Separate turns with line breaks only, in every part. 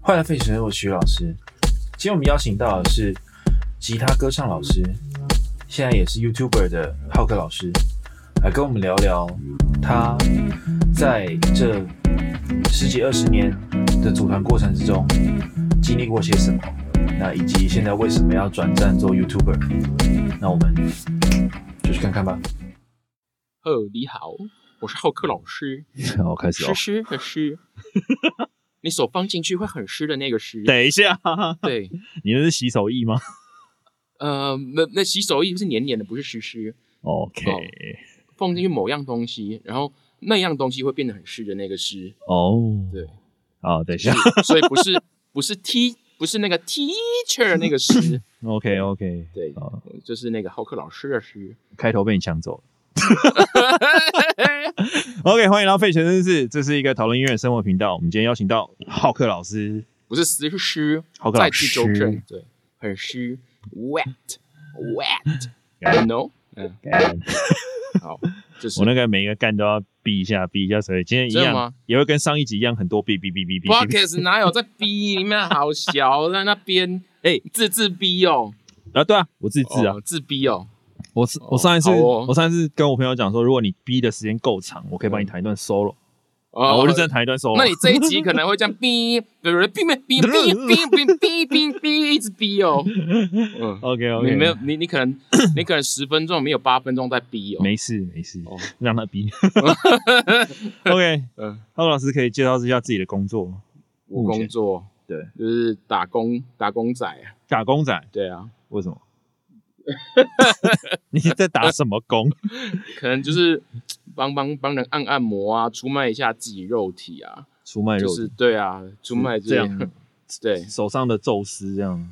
快乐费神我徐老师。今天我们邀请到的是吉他歌唱老师，现在也是 YouTuber 的浩哥老师，来跟我们聊聊他在这十几二十年的组团过程之中经历过些什么，那以及现在为什么要转战做 YouTuber。那我们就去看 看吧。
哦，你好，我是浩克老师，
然后开始哦
湿湿的湿， 你手放进去会很湿的那个湿。
等一下，
对，
你那是洗手液吗
呃，那那洗手液是黏黏的，不是湿湿，
哦
？OK，
放进去某样东西，然后那样东西会变得很湿的那个湿。
哦，
对，
好，等一下
所以不是不是 T 不是那个 teacher 那 个湿，
，OK，OK，
对
好，
就是那个浩克老师的湿。
开头被你抢走了。OK，欢迎来到费城绅士，这是一个讨论音乐生活频道。我们今天邀请到浩克老师，
不是湿是湿，
浩克
再
老
次
师
纠正，对，很湿，wet wet，you
干
know，嗯，好，就是
我那个每一个干都要逼一下，逼一下所以今天一
真的
样
吗，
也会跟上一集一样很多逼逼逼逼逼。
Podcast 哪有在逼？你们好小，在那边哎、自自逼哦，
啊，对啊，我自制啊
哦，自逼哦，
我是我上一次
好哦
我上一次跟我朋友讲说，如果你逼的时间够长，我可以帮你弹一段 solo，然
嗯哦，
啊后我就真的弹一段 solo。
那你这一集可能会这样逼，对不对？逼逼逼 逼逼逼逼逼，一直逼哦，嗯。
OK OK，
你没有你，你可能你可能十分钟没有八分钟在逼哦。
没事没事
哦，
让他逼。OK，
嗯，
浩克老师可以介绍一下自己的工作吗？
我工作
对，
就是打工打工仔啊，
打工仔？
对啊，
为什 么？你在打什么工？
可能就是帮帮帮人按按摩啊，出卖一下自己肉体啊，
出卖肉
就
体，
是对啊，出卖自己
这，样，
对，
手上的宙斯这样。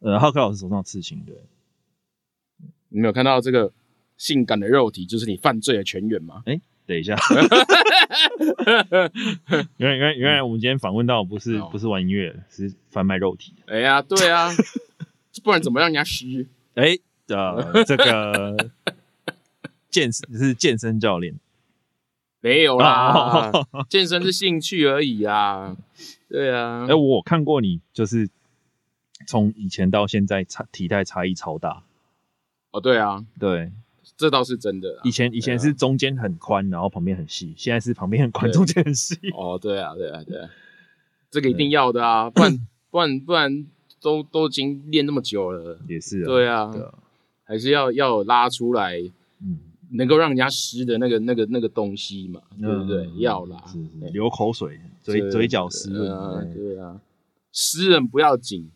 呃，浩克老师手上的刺青，对，
你没有看到这个性感的肉体，就是你犯罪的泉源吗？
等一 下。原来原来原来我们今天访问到不是
哦
不是玩音乐的，是贩卖肉体。
哎呀，对啊，不然怎么让人家湿？
哎，呃，这 个健是健身教练
没有啦，
哦
健身是兴趣而已啊。对啊
哎、，我看过你，就是从以前到现在差体态差异超大。
哦，对啊，
对，
这倒是真的啊
以。前以前是中间很宽，然后旁边很细，现在是旁边很宽，
对
中间很细。
哦，对啊，对啊，对啊，这个一定要的啊，不然不然不然都都已经练那么久了，
也是啊，
对啊
对啊，
还是要要有拉出来，
嗯，
能够让人家湿的那个那个那个东西嘛，对不对？
嗯
要啦，
是是
对
流口水，嘴
对
嘴角湿
对啊
润。对
对啊，湿人不要紧，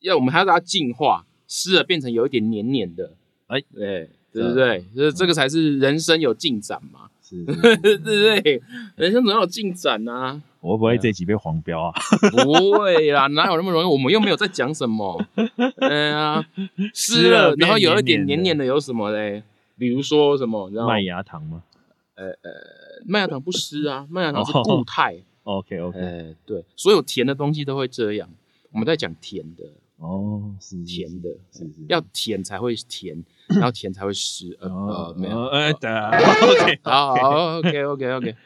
要我们还要把它净化，湿了变成有一点黏黏的，
哎
对，啊对不对？这这个才是人生有进展 嘛，
是是，
对不对？人生总要有进展啊呐、
我会不会这集被黄标啊？
不会啦， 哪有那么容易？我们又没有在讲什 么，对啊，湿了，
变
然后有一点
黏
黏
黏
黏的有什么嘞？比如说什么，你知道吗
麦？芽糖吗
麦芽糖不湿 啊，麦芽糖是
哦
固态，
？OK OK，
哎，对，所有甜的东西都会这样。我们在讲甜的，
哦，是
甜，的，
是是是
要甜才会甜，然后甜才会湿。呃
哦
呃，没有。
哎，对啊 OK。
好好，OK OK OK。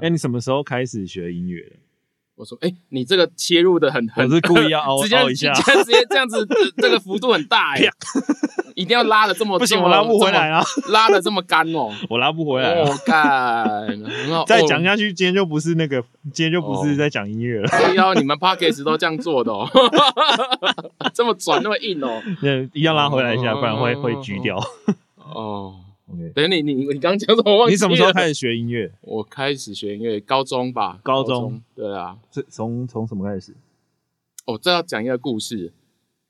哎，你什么时候开始学音乐的？
我说，哎，你这个切入的很
我
很，
是故意要凹
直接
凹一下
直，接直接这样子，这这个幅度很大哎，一定要拉的这么
不行，
这么
我拉不回来啊
这
了，
么拉的这么干哦。
我拉不回来了。啊
我干，哦然后
再讲下去，今天就不是那个，今天就不
哦
是在讲音乐了，
哦要你们 Pockets 都这样做的哦， 这么转那么硬哦。
那一定要拉回来一下，
哦
不然会
哦
会橘掉。
哦，等你你你你刚刚讲什么？我忘记
你什么时候
了
开始学音乐？
我开始学音乐，高中吧，
高中
对啊。
是从从什么开始？
哦，这要讲一个故事。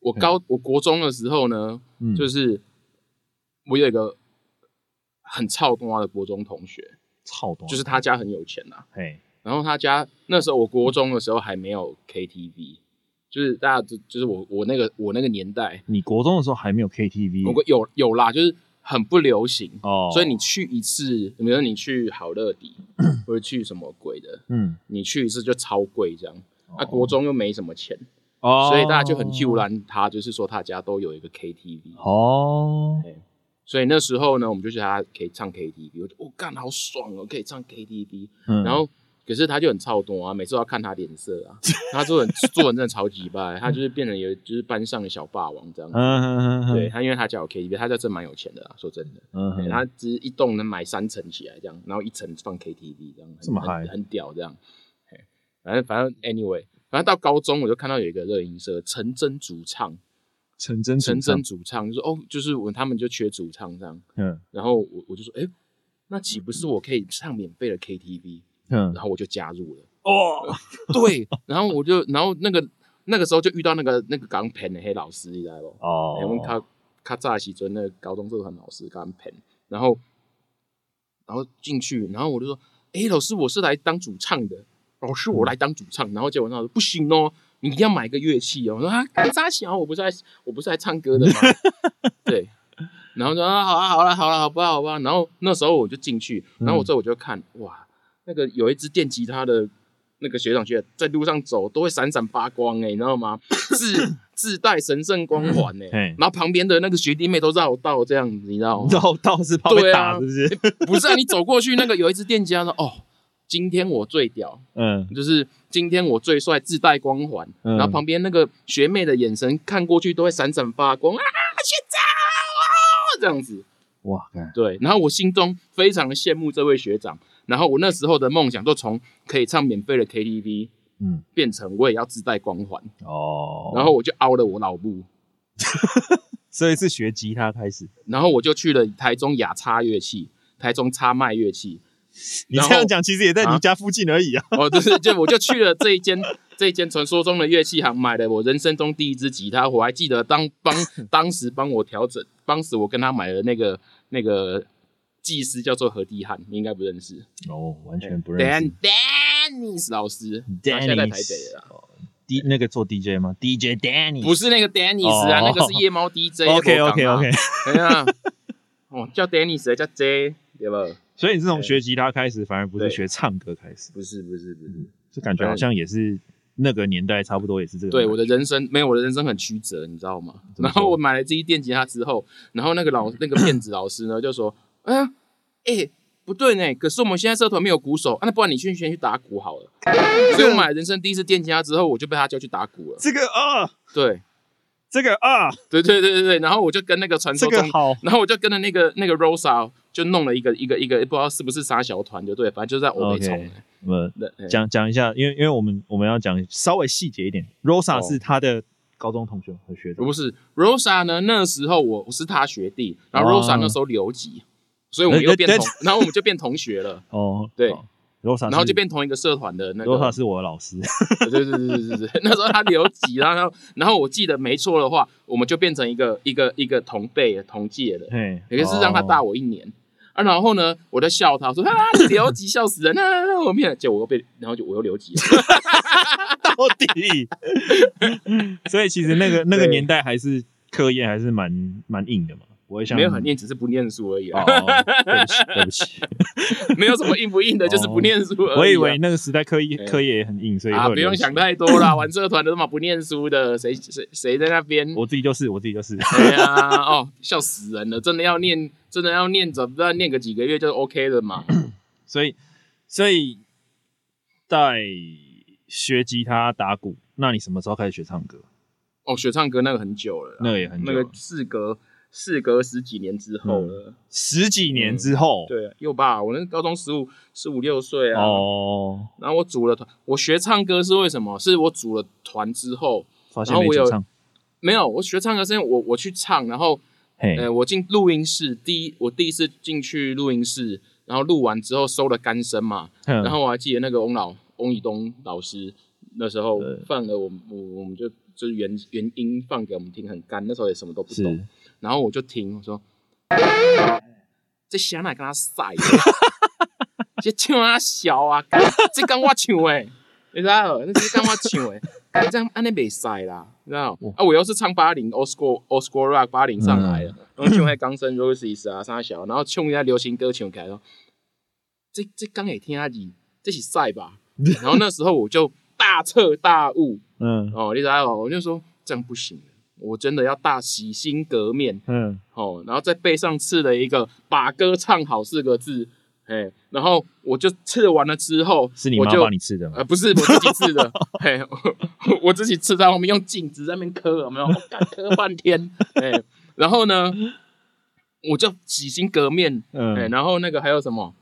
我
嗯
高我国中的时候呢，
嗯，
就是我有一个很操动啊的国中同学，
操多，
就是他家很有钱啊。
嘿，
然后他家那时候我国中的时候还没有 KTV，就是大家就就是我我那个我那个年代，
你国中的时候还没有 KTV，
我有有啦，就是很不流行。
嗯哦，
所以你去一次，比如说你去好乐 迪，或者去什么鬼的，
嗯，
你去一次就超贵这样。那、
哦
国中又没什么钱，
哦，
所以大家就很救然他，就是说他家都有一个 KTV，、
哦，
所以那哦时候呢，我们就去他可以唱 KTV，我就我干、好爽哦，可以唱 KTV，、
嗯
然后可是他就很操多啊，每次都要看他脸色 啊，他做人做人真的超级败，他就是变成有就是班上的小霸王这样
嗯。嗯嗯，
对，他，因为他家有 KTV，他家真蛮有钱的啊，说真的，
嗯
对
嗯
他只是一栋能买三层起来这样，然后一层放 KTV 这样，很
这么
很
嗨
很屌这样。嘿反正反正 anyway，反正到高中我就看到有一个热音社陈真主唱，
陈真
陈
陈
真，主唱，就说哦，就是我他们就缺主唱这样，
嗯
然后我我就说，哎、那岂不是我可以唱免费的 KTV？
嗯
然，后我就加入了。
哦，
对，然后我就，然后那个那个时候就遇到那个那个港片的黑老师，你知道不？
哦
欸我们他他炸的时阵，那个高中社团老师跟他们骗，然后然后进去，然后我就说，哎、老师，我是来当主唱的，老师，我来当主唱，然后结果他说不行哦，你一定要买个乐器哦，我说啊，干啥小，我不是来我不是来唱歌的吗？ 对。然后说啊，好啊，好啦、好啦、好吧，好吧。然后那时候我就进去，然后我之后我就看，哇，那个有一支电吉他的那个学长学姐在路上走都会闪闪发光哎、你知道吗？ 自自带神圣光环哎、
嘿
然后旁边的那个学弟妹都绕道这样子，你知道 吗？
绕道是怕被
对
打是
啊，
不 是？
不是啊，你走过去那个有一只店家说哦，今天我最屌，
嗯
就是今天我最帅，自带光环。
嗯
然后旁边那个学妹的眼神看过去都会闪闪发光啊，学长啊这样子。
哇，干
对，然后我心中非常的羡慕这位学长，然后我那时候的梦想就从可以唱免费的 KTV
嗯
变成我也要自带光环，
哦，
然后我就凹了我老母，
所以是学吉他开始。
然后我就去了台中雅叉乐器，台中叉麦乐器，
你
然
这样
后
讲，其实也在你
啊
家附近而已啊。
哦，就是就我就去了这一间这一间传说中的乐器行，买了我人生中第一支吉他。我还记得当帮当时帮我调整，当时我跟他买的那个那个技师叫做何迪汉，你应该不认识。
哦，完全不
Dan Dennis 老师，他现在在台北了啦。
哦 D 那个做 DJ 吗？DJ Danny
不是那个 Dennis 啊，
哦
那个是夜猫 DJ 啊。
OK OK
我讲啊
OK，
哎呀，哦，叫 Dennis 的叫 J 对吧？
所以你是从学吉他开始，反而不是
对
学唱歌开始，
不是不是不是，
这感觉好像也是那个年代差不多也是这个感
对
觉。
我的人生没有我的人生很曲折，你知道吗？
怎么
然
说
后我买了这一电吉他之后，然后那个老那个骗子老师呢就说，哎呀，哎、不对呢，可是我们现在社团没有鼓手，啊、那不然你去先去打鼓好了。所以我买了人生第一次电吉他之后，我就被他叫去打鼓了。
这个啊，
对，
这个啊，
对对对对对，然后我就跟那个传
这
说
个
中
好，
然后我就跟着那个那个 Rosa 就弄了一个一个一个不知道是不是啥小团，就对，反正就在欧美冲
OK 呃，
的。对哎
讲讲一下，因为因为我们我们要讲稍微细节一点，Rosa
哦
是他的高中同学和学长
不是 Rosa 呢，那时候我我是他学弟，然后
哦呃
Rosa 那时候留级，所以我们又变
对对
同，然后我们就变同学 了，
哦，
对
好，Rosa，
然后
是
就变同一个社团的那个。
Rosa 是我的老 师，
对对对对对对对，那时候他留级，然后然后我记得没错的话，我们就变成一个一个一个同辈同届了。
嘿，
可是让他大
哦，
我一年。啊，然后呢，我在笑他，我说啊，你留级笑死人啊！那我面，结果我又被，然后就我又留级了。
到 底，所以其实那个那个
对
年代还是课业还是蛮蛮硬的嘛，不会像
没有很念，只是不念书而已
哦
啊，，
对不起对不起，
没有什么硬不硬的，就是不念书而已啊。
哦我以为那个时代课业
对
课业也很硬，所以
啊，
会
不用
流行
想，太多 啦，玩社团的他妈不念书的，谁谁谁在那边？
我自己就是我自己就是，
对呀、哦，笑死人了！真的要念，真的要念，怎不知道念个几个月就 OK 了嘛？
所以所以在学吉他打鼓，那你什么时候开始学唱歌？
哦，学唱歌那个很久了啦，
那个也很久
那
了，
个事隔事隔十几年之后
嗯
了。
十几年之后，
嗯对，啊又吧，我那高中十五十五六岁啊，
哦，
然后我组了团，我学唱歌是为什么？是我组了团之后，
发现
然后
没
我
主
有
唱，
没有，我学唱歌是因为我我去唱，然后
嘿，
呃，我进录音室，第一我第一次进去录音室，然后录完之后收了干声嘛，然
然
后我还记得那个翁老翁以东老师那时候
对
放了我们我我们就就是原原音放给我们听，很干，那时候也什么都不懂
是，
然后我就听 我说，这小奶跟他晒，这唱啊小啊，干这跟我唱诶，你知道，那是跟我唱诶。干这样安尼袂使啦，你知道？啊，我又是唱八零 old school old school rock 八零上来的，然后唱那钢声 Roses 啊啥小，然后唱一下流行歌唱起来，然后这这刚也听下去，这是赛吧？然后那时候我就大彻大悟
嗯
哦，你知道吗？我就说这样不行，我真的要大洗心革面
嗯，
哦，然后在背上刺了一个“把歌唱好”四个字，嘿，然后我就吃完了之后，
是你
我
妈
就
帮你吃的吗？
呃，不是我自己吃的，嘿， 我我自己吃在后面用镜子在那边磕，有没有？我干磕半天，哎，然后呢，我就洗心革面，哎，
嗯，
然后那个还有什么？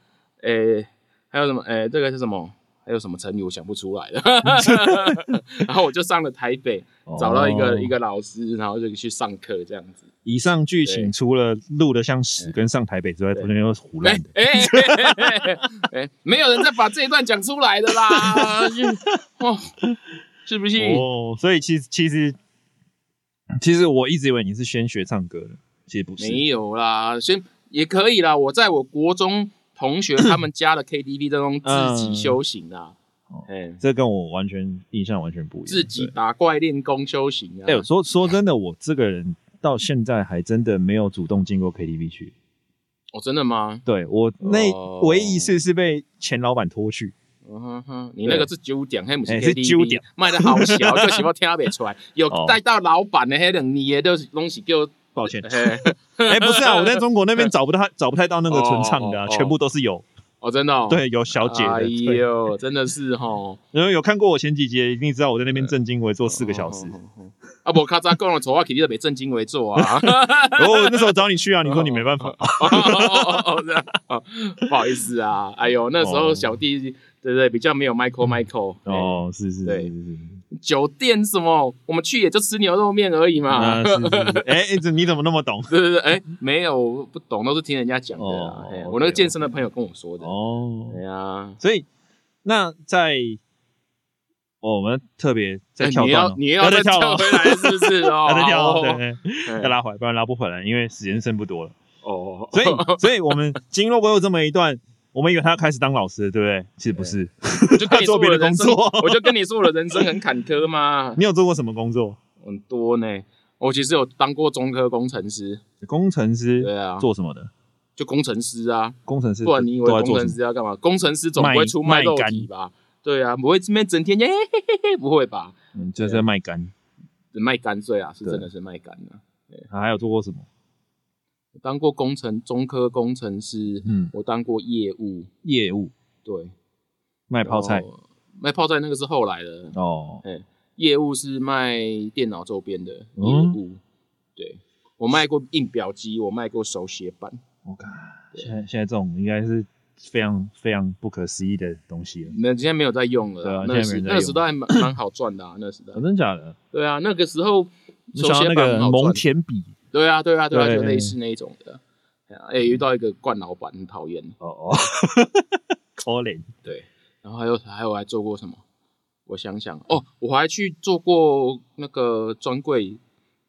哎，还有什么？哎，这个是什么？还有什么成语我想不出 来了。然后我就上了台北，找到一个、
哦
一个老师，然后就去上课这样子。
以上剧情除了录的像屎跟上台北之外，中间又是胡
哎
乱的。
哎哎哎哎哎，没有人再把这一段讲出来的啦！哦，是不是？
哦，所以其实其实其实我一直以为你是先学唱歌的，其实不是。
没有啦，先也可以啦。我在我国中同学他们家的 KTV 当中自己修行啦
哦，
哎、
这跟我完全印象完全不一样。
自己
对
打怪练功修行啊。
哎、说说真的，我这个人到现在还真的没有主动进过 KTV 去。
哦，真的吗？
对我那
哦
唯一一次是被前老板拖去，
嗯哼哼，你那个是九点，那不是
哎
KTV，、
是九点
卖的好小，就是我听不出来。有
哦
带到老板的那两年都是东西叫，
抱 歉。
嘿
哎、不是啊，我在中国那边找不到找不太到那个纯唱的、啊，
哦哦哦
全部都是有
哦，真的、哦，
对有小姐的。
哎
对
呦，真的是哈，
然后有看过我前几集，一定知道我在那边正襟危坐四个小时。
哦。哦哦哦啊，我咔嚓讲了，丑话肯定都没正襟危坐啊。
然后我那时候找你去啊，你说你没办法。
哦哦哦哦这样哦，不好意思啊，哎呦，那时候小弟对对比较没有 Michael Michael 哦，
哦，是是是
对
是 是。
酒店什么，我们去也就吃牛肉面而已嘛
啊，。是是是。哎、哎这你怎么那么 懂？
对对对，哎，没有，我不懂，都是听人家讲的啊
哦。
哎
哦
我那个
OK，
健身的朋友跟我说的。
哦，
哎呀，
所以那在、哦我们特别在
哎
跳
你
段、哦
要你要
再
再
跳、
跳
哦，
回来是不是哦？
要再跳、
好
哦，
哦
对，对
哎
要拉回来，不然拉不回来，因为时间剩不多了。
哦，
所以，所以我们经历过这么一段，我们以为他开始当老师了，对不对？其实不是，
我就跟你说
做别
我
的
的人生
工作，
我就跟你说我的人生很坎坷嘛，
你有做过什么工作？
很多呢。我其实有当过中科工程师，
工程师
对啊
做什么的？
就工程师啊，
工程师
不然你以为
都在
工
做
程
什么？
师要干嘛？工程师总不
卖
会出卖肉
卖干
体吧？对啊，不会这边整天耶嘿嘿嘿，不会吧？
嗯，就是在卖干。
卖干碎啊，是
对
真的是卖干啊。
他还有做过什么？
我当过工程中科工程师，
嗯
我当过业务，
业务
对，
卖泡菜
然后，卖泡菜那个是后来的，
哦，
业务是卖电脑周边的业
嗯
务，对我卖过印表机，我卖过手写板，
我看现在现在这种应该是非常非常不可思议的东西了，
那现在没有在用了
对啊
啊，那个
现在没人在
时那
用
个时代还蛮蛮好赚的啊，那个时代
哦，真假的？
对啊，那个时候
你
手
想
写
到那
板很
个
好
蒙
赚。
恬笔？
对啊，对啊，对啊，
对嗯
就类似那一种的。哎、啊遇到一个惯老板很讨厌。
哦哦， 可怜。
对，然后还有还有还做过什么？我想想哦，我还去做过那个专柜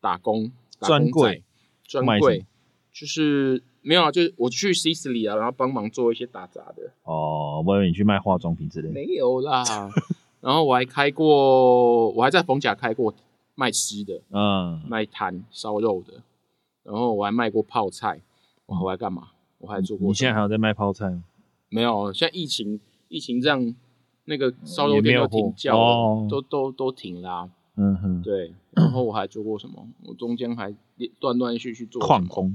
打工，打工
专柜
仔，专
卖什
柜
么
就是没有啊，就是我去 Sicily 啊，然后帮忙做一些打杂的，
哦，我以为你去卖化妆品之类的。
没 有啦。然后我还开过，我还在逢甲开过卖吃的，
嗯，
卖摊烧肉的，然后我还卖过泡菜，哇我还干嘛？我还做过
你
什么
现在还有在卖泡菜吗？
没有，现在疫情疫情这样，那个烧肉
也没
店
有
都
货
停叫了，
哦
都都都停啦、
嗯哼，
对，然后我还做过什么？我中间还断断续续做什么
矿，工。
哦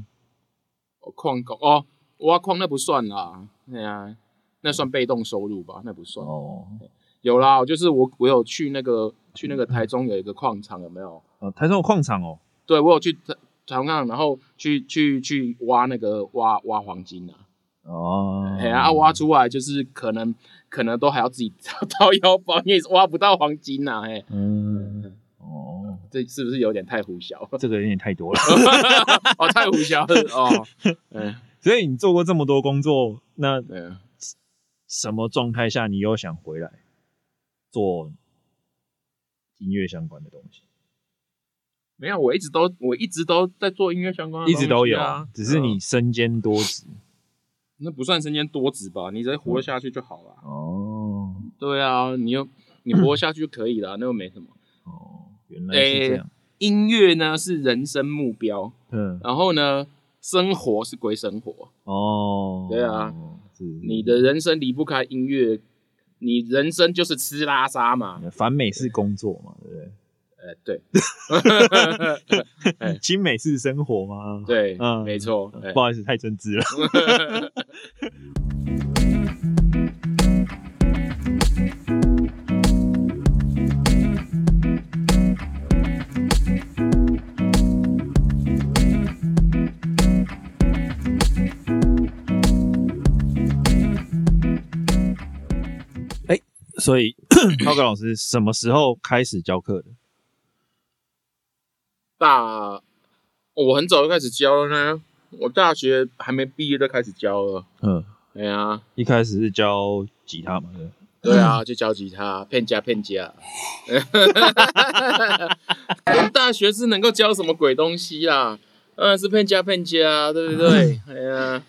矿工哦，挖矿那不算啦，对啊，那算被动收入吧，那不算。
哦，
有啦，我就是我我有去那个去那个台中有一个矿场，有没有？
呃，台中有矿场哦，
对我有去台台中矿，然后去去去挖那个挖挖黄金啊。
哦，
哎呀、啊挖出来就是可能可能都还要自己 掏掏腰包，你也是挖不到黄金呐、啊，哎，
嗯，哦，
这是不是有点太胡小？
这个有点太多了。
哦，太胡小了哦，嗯，
所以你做过这么多工作，那
对啊，
什么状态下你又想回来做音乐相关的东西？
没有，我一直都我一直都在做音乐相关的、
一直都有
啊，，
只是
嗯
你身兼多职。
那不算身兼多职吧？你只要
嗯
活得下去就好了。
哦，
对啊，你又你活得下去就可以了，那又没什么。
哦，原来是这样。
音乐呢是人生目标，
嗯，
然后呢生活是归生活，
哦，
对啊，
是
你的人生离不开音乐，你人生就是吃拉撒嘛。
反美式工作嘛，对不对？
呃，对， 哎
亲美式生活嘛，
对，
嗯
没错。哎
不好意思，太政治了。所以浩哥老师什么时候开始教课的？
大，我很早就开始教了呢，我大学还没毕业就开始教了。
嗯，
哎呀，
一开始是教吉他嘛，对不对
对啊，就教吉他，骗家骗家。 大学是能够教什么鬼东西啦？当然是骗家骗家，对不对？ 哎呀，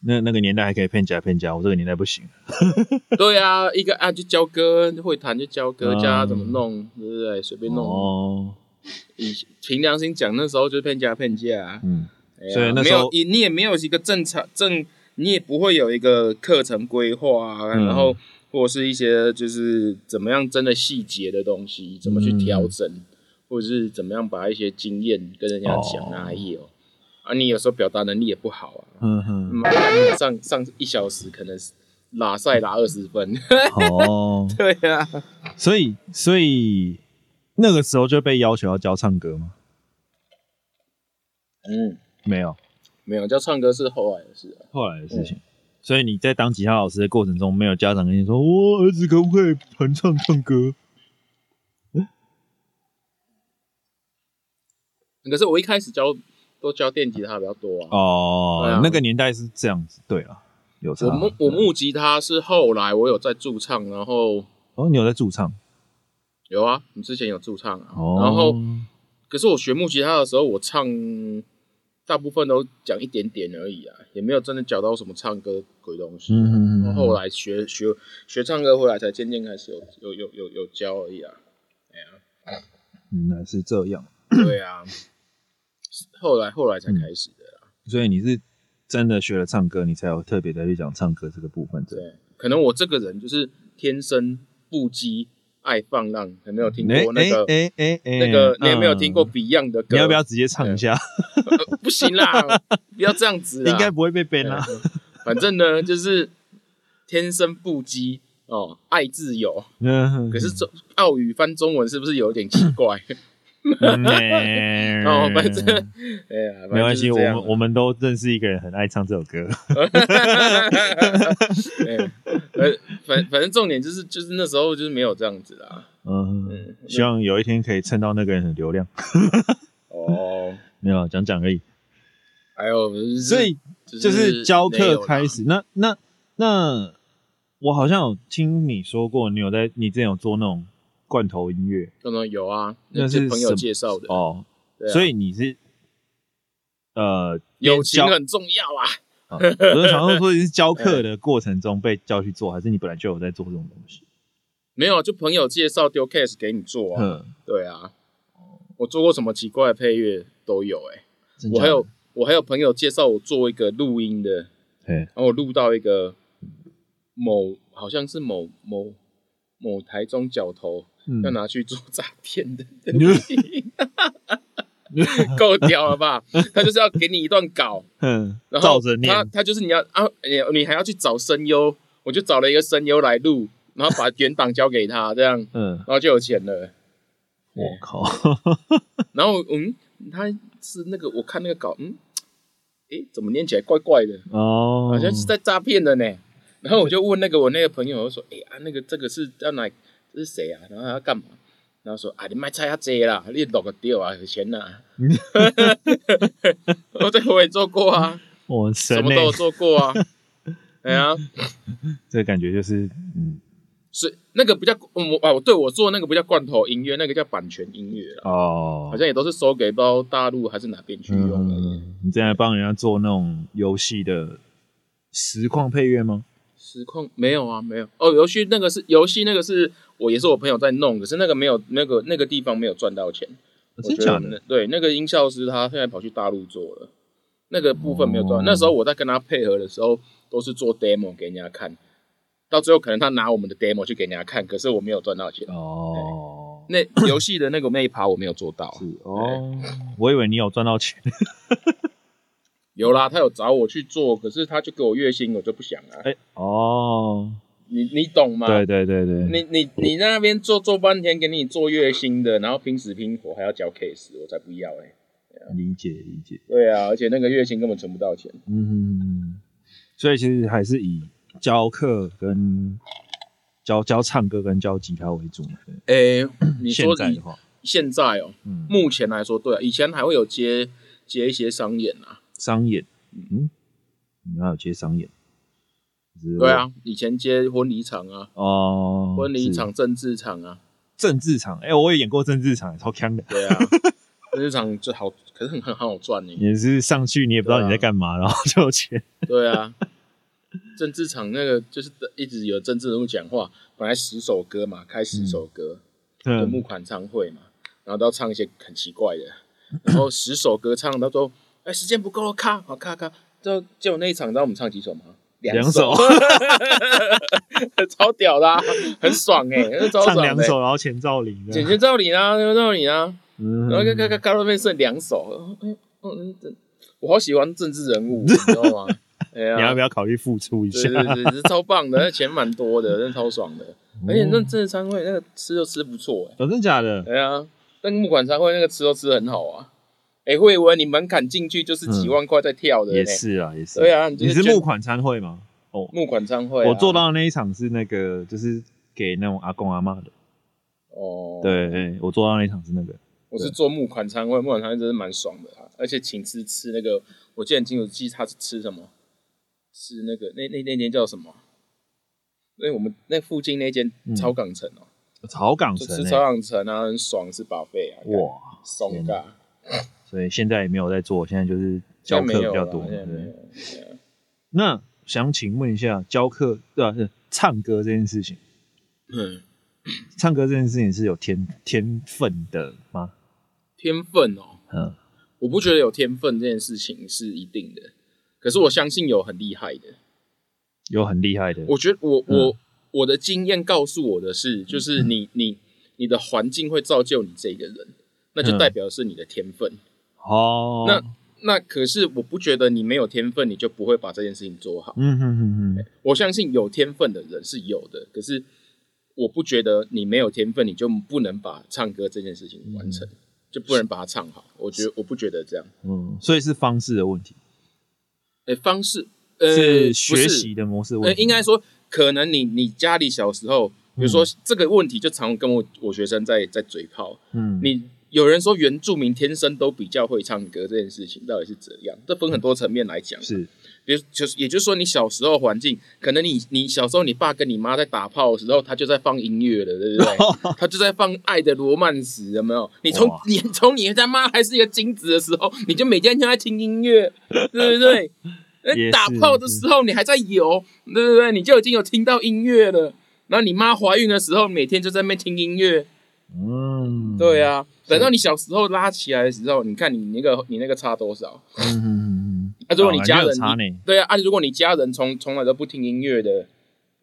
那那个年代还可以骗家骗家，我这个年代不行。
对啊，一个啊就教歌，会弹就教歌，
嗯
教他怎么弄，对不对？随便弄。
哦，
以凭良心讲，那时候就是骗家骗家啊。
嗯，
哎呀
所以那
没
时候
有你，你也没有一个正常正，你也不会有一个课程规划啊，
嗯
然后或者是一些就是怎么样真的细节的东西，怎么去
嗯
调整，或者是怎么样把一些经验跟人家讲啊，
哦
还有啊，你有时候表达能力也不好啊，
嗯哼，
妈的上上一小时可能是拉赛拉二十分，
哦，
对啊，
所以所以那个时候就被要求要教唱歌吗？
嗯，
没有，嗯
没有，叫唱歌是后来的事啊、
后来的事情。所以你在当吉他老师的过程中，没有家长跟你说，我、儿子可不可以弹唱唱歌？
可是我一开始教都教电吉他比较多啊，
哦，
对啊
那个年代是这样子，对了，有差。
我木我木吉他是后来我有在驻唱，然后
哦，你有在驻唱
有啊，你之前有驻唱啊，
哦，
然后可是我学木吉他的时候，我唱大部分都讲一点点而已啊，也没有真的讲到什么唱歌鬼东西。啊
嗯哼哼，
然后后来学学学唱歌回来，才渐渐开始有有有有有教而已啊。
原来是这样，
对 啊，后来后来才开始的啊。
所以你是真的学了唱歌，你才有特别的去讲唱歌这个部分，对。
对，可能我这个人就是天生不羁，爱放浪，有没有听过那个？
哎哎哎，
那个你有没有
嗯
听过 Beyond 的歌？
你要不要直接唱一下？
呃 不 行啦，不要这样子啦。
应该不会啊被 ban
对
啦。
反正呢，就是天生不羁哦，爱自由。
嗯，
可是中澳语翻中文是不是有点奇怪？
嗯
哦，反正哎呀，反正
没关系，
就
我
是这样
们我们都认识一个人很爱唱这首 歌。
哎反反反正重点就是就是那时候就是没有这样子啦。
嗯，希望有一天可以蹭到那个人的流量。
哦，
没有讲讲而已，
还有就是
所以就是教课开，始。那那那，我好像有听你说过，你有在你之前有做那种罐头音乐
没有啦嗯有啊，
那是
是朋友
什
介绍的，
哦，
对啊
所以你是呃
友情
教
很重要
啊，
啊。
我就想说，说你是教 课的过程中被叫去做，还是你本来就有在做这种东西？
没有，就朋友介绍丢 case 给你做啊。
嗯，
对啊，我做过什么奇怪的配乐都有哎、
真
我
假
还
的
有我还有朋友介绍我做一个录音的，
嘿，
然后我录到一个某好像是某某某台中角头、
嗯
要 拿去做诈骗的，
你
够屌了吧？他就是要给你一段稿，
嗯，
然后
照着念
他，他就是你要啊，你你还要去找声优，我就找了一个声优来录，然后把原档交给他，这样然
嗯，
后就有钱了。
我靠，
然后嗯，他是那个我看那个稿，嗯，诶，怎么念起来怪怪的，
哦，
好像是在诈骗的呢。然后我就问那个我那个朋友，我说，诶啊，那个这个是要哪？这是谁啊？然后他要干嘛？然后说啊，你卖菜要这啦，你弄个掉啊，有钱呐、 啊。哦，对，我也做过啊，
我
什
神
么
嘞
都，有做 过啊。哎呀、
这感觉就是嗯
是那个不叫嗯我啊，我对我做那个不叫罐头音乐，那个叫版权音乐啦，
哦，
好像也都是收给不知道大陆还是哪边去用的。
嗯，你正在帮人家做那种游戏的实况配乐吗？
实况没有啊，没有哦。游戏那个是游戏，那个是我也是我朋友在弄，可是那个没有那个那个地方没有赚到钱。我
哦真
觉
假
得
的
那？对，那个音效师他现在跑去大陆做了，那个部分没有赚。
哦
那时候我在跟他配合的时候，都是做 demo 给人家看，到最后可能他拿我们的 demo 去给人家看，可是我没有赚到钱。
哦，
那游戏的那个那一趴我没有做到，
是哦，我以为你有赚到钱。
有啦，他有找我去做，可是他就给我月薪，我就不想啊。
哎，哦，
你你懂吗？
对对对对，
你你你在那边做做半天，给你做月薪的，然后拼死拼活还要交 case，我才不要哎、
理解理解。
对啊，而且那个月薪根本存不到钱。
嗯，所以其实还是以教课跟教教唱歌跟教吉他为主嘛。对
诶、你
哎现
说
在
以
的话，
现在哦，
嗯，
目前来说对啊，以前还会有接接一些商演啊，
商演，嗯，你要有接商演，就是
对啊，以前接婚礼场啊，
我，哦，
婚礼
是
场、政治场啊，
政治场，哎、我也演过政治场，超强的。
对啊，政治场最好，可是很很很好赚欸呢。
也是上去你也不知道你在干嘛，然后就有钱。
对啊，政治场那个就是一直有政治人物讲话，本来十首歌嘛，开十首歌，有
嗯
募款唱会嘛，然后都要唱一些很奇怪的，然后十首歌唱到最后，哎，时间不够了，咔，好咔咔，就就那一场，你知道我们唱几首吗？
两首
首，超屌的、啊，很爽哎、那超
唱
爽的、
两首，然后钱照领这
简
样。
直照你啊，就照你啊，
嗯
然后看看看看到面剩两首，嗯嗯，嗯我好喜欢政治人物，你知道吗？哎呀，
你要不要考虑付出一下
对？对对，是超棒的，那钱蛮多的，真的超爽的。而且那
哦
真的餐会那个吃就吃不错哎、
哦真假的？
对啊，那个木管餐会那个吃都吃得很好啊。哎、慧文，你门槛进去就是几万块在跳的、呢。
嗯也是啊，也是。
对啊，你就
你是
捐
募款参会吗？哦，
木管餐会、啊，
我做到的那一场是那个，就是给那种阿公阿妈的。
哦，，
对，对我做到那一场是那个，
我是做木管餐会，木管餐会真的蛮爽的啊，而且请吃吃那个，我记得很清楚，记他是吃什么，是那个那那那间叫什么？那我们那附近那间
嗯
超港城哦、
草港
就
城
吃超
欸。
港城啊，很爽，吃把费啊，干
哇！
松嘎，
所以现在也没有在做，现在就是
现
教
在没
课
有
比较
啦
多。
现在没
对
有。啊
那想请问一下，教课对吧？是唱歌这件事情，
嗯，
唱歌这件事情是有天天分的吗？
天分哦，
嗯，
我不觉得有天分这件事情是一定的，可是我相信有很厉害的。
有很厉害的。
我觉得我
嗯
我、我的经验告诉我的是，就是你你你的环境会造就你这个人，那
嗯
就代表是你的天分。
哦，
那那可是我不觉得你没有天分，你就不会把这件事情做好。
嗯哼哼哼，
我相信有天分的人是有的，可是我不觉得你没有天分，你就不能把唱歌这件事情完成，就不能把它唱好。我觉得我不觉得这样。
嗯，所以是方式的问题，
诶，方式呃
是
不
学习的模式
呃
问，题，
应该说可能你你家里小时候，比如说这个问题，就常跟我我学生在在嘴炮。
嗯，
你有人说原住民天生都比较会唱歌这件事情，到底是怎样？这分很多层面来讲。
嗯是
比如就是也就是说，你小时候环境，可能你你小时候你爸跟你妈在打炮的时候，他就在放音乐了，对不 对？他就在放《爱的罗曼史》，有没有？你从
哇
你从你他妈还是一个精子的时候，你就每天就在听音乐，对不对？
也
那
是
打炮的时候你还在游，对不对？你就已经有听到音乐了。然后你妈怀孕的时候，每天就在那边听音乐，
嗯，
对，啊。等到你小时候拉起来的时候，你看你那个你那个差多少？
嗯哼哼
啊，如果你
啊
家
那有
人，
差
你
呢
对啊，啊，如果你家人从从来都不听音乐的，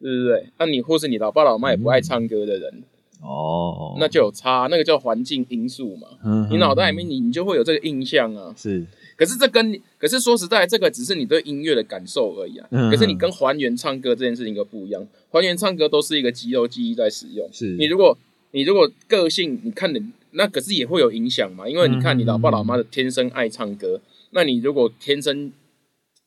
对不对？那、你或是你老爸老妈也不爱唱歌的人，
哼，嗯哦，
那就有差，那个叫环境因素嘛。
嗯
你脑袋里面你你就会有这个印象啊。
是
可是这跟你可是说实在，这个只是你对音乐的感受而已啊。
嗯
可是你跟还原唱歌这件事情又不一样，还原唱歌都是一个肌肉记忆在使用。
是，
你如果你如果个性，你看你那可是也会有影响嘛，因为你看你老爸老妈的天生爱唱歌，那你如果天生